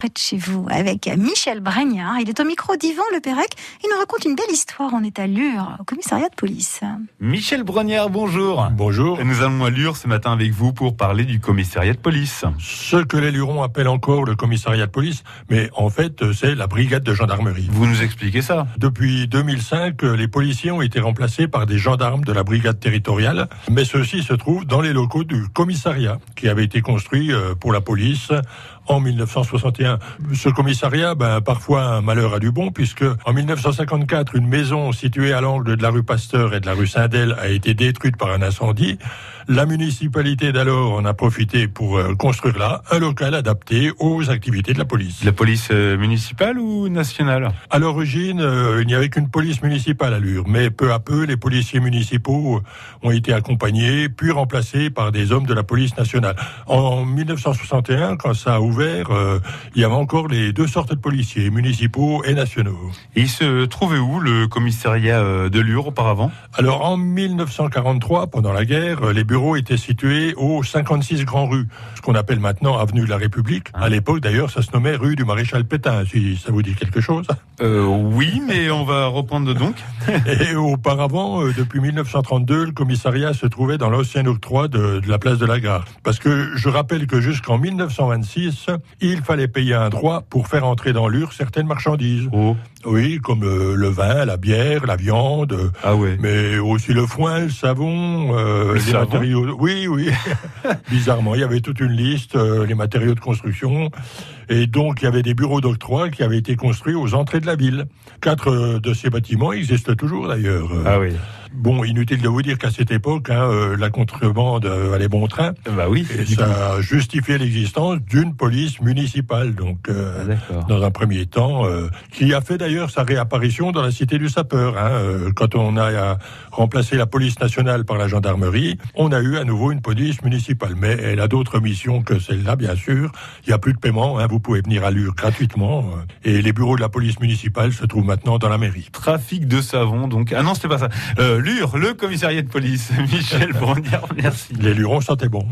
près de chez vous, avec Michel Bragnard. Il est au micro d'Yvan Le Pérec. Il nous raconte une belle histoire. On est à Lure, au commissariat de police. Michel Bragnard, bonjour. Bonjour. Et nous allons à Lure ce matin avec vous pour parler du commissariat de police. Ce que les Lurons appellent encore le commissariat de police, mais en fait, euh, c'est la brigade de gendarmerie. Vous nous expliquez ça Depuis 2005, les policiers ont été remplacés par des gendarmes de la brigade territoriale, mais ceux-ci se trouvent dans les locaux du commissariat qui avait été construit euh, pour la police en 1961. Ce commissariat, ben, parfois un malheur à du bon, puisque en 1954, une maison située à l'angle de la rue Pasteur et de la rue Saint-Del a été détruite par un incendie. La municipalité d'alors en a profité pour euh, construire là un local adapté aux activités de la police. La police euh, municipale ou nationale À l'origine, euh, il n'y avait qu'une police municipale à Lure, mais peu à peu, les policiers municipaux euh, ont été accompagnés, puis remplacés par des hommes de la police nationale. En 1961, quand ça a ouvert, euh, il y avait encore les deux sortes de policiers, municipaux et nationaux. Et il se trouvait où le commissariat euh, de Lure auparavant Alors en 1943, pendant la guerre, euh, les bureaux étaient situés au 56 Grand Rue, ce qu'on appelle maintenant Avenue de la République. Ah. À l'époque d'ailleurs, ça se nommait rue du Maréchal Pétain, si ça vous dit quelque chose. Euh, oui, mais on va reprendre donc. et auparavant, euh, depuis 1932, le commissariat se trouvait dans l'ancien octroi de, de la place de la gare. Parce que je rappelle que jusqu'en 1926, il fallait payer un droit pour faire entrer dans l'Ur certaines marchandises. Oh. Oui, comme euh, le vin, la bière, la viande, euh, ah ouais. mais aussi le foin, le savon, euh, le les savon. matériaux. Oui, oui. Bizarrement, il y avait toute une liste, euh, les matériaux de construction. Et donc, il y avait des bureaux d'octroi qui avaient été construits aux entrées de la ville. Quatre euh, de ces bâtiments existent toujours d'ailleurs. Ah oui. Bon, inutile de vous dire qu'à cette époque, hein, euh, la contrebande euh, allait bon train. Bah oui. Et ça a justifié l'existence d'une police municipale, donc euh, ah, dans un premier temps, euh, qui a fait d'ailleurs sa réapparition dans la cité du sapeur. Hein, quand on a remplacé la police nationale par la gendarmerie, on a eu à nouveau une police municipale. Mais elle a d'autres missions que celle-là, bien sûr. Il n'y a plus de paiement. Hein, vous pouvez venir à Lure gratuitement. euh, et les bureaux de la police municipale se trouvent maintenant dans la mairie. Trafic de savon, donc. Ah non, c'était pas ça. Lure, le commissariat de police. Michel Brandiard, merci. Les Lurons sentaient bon.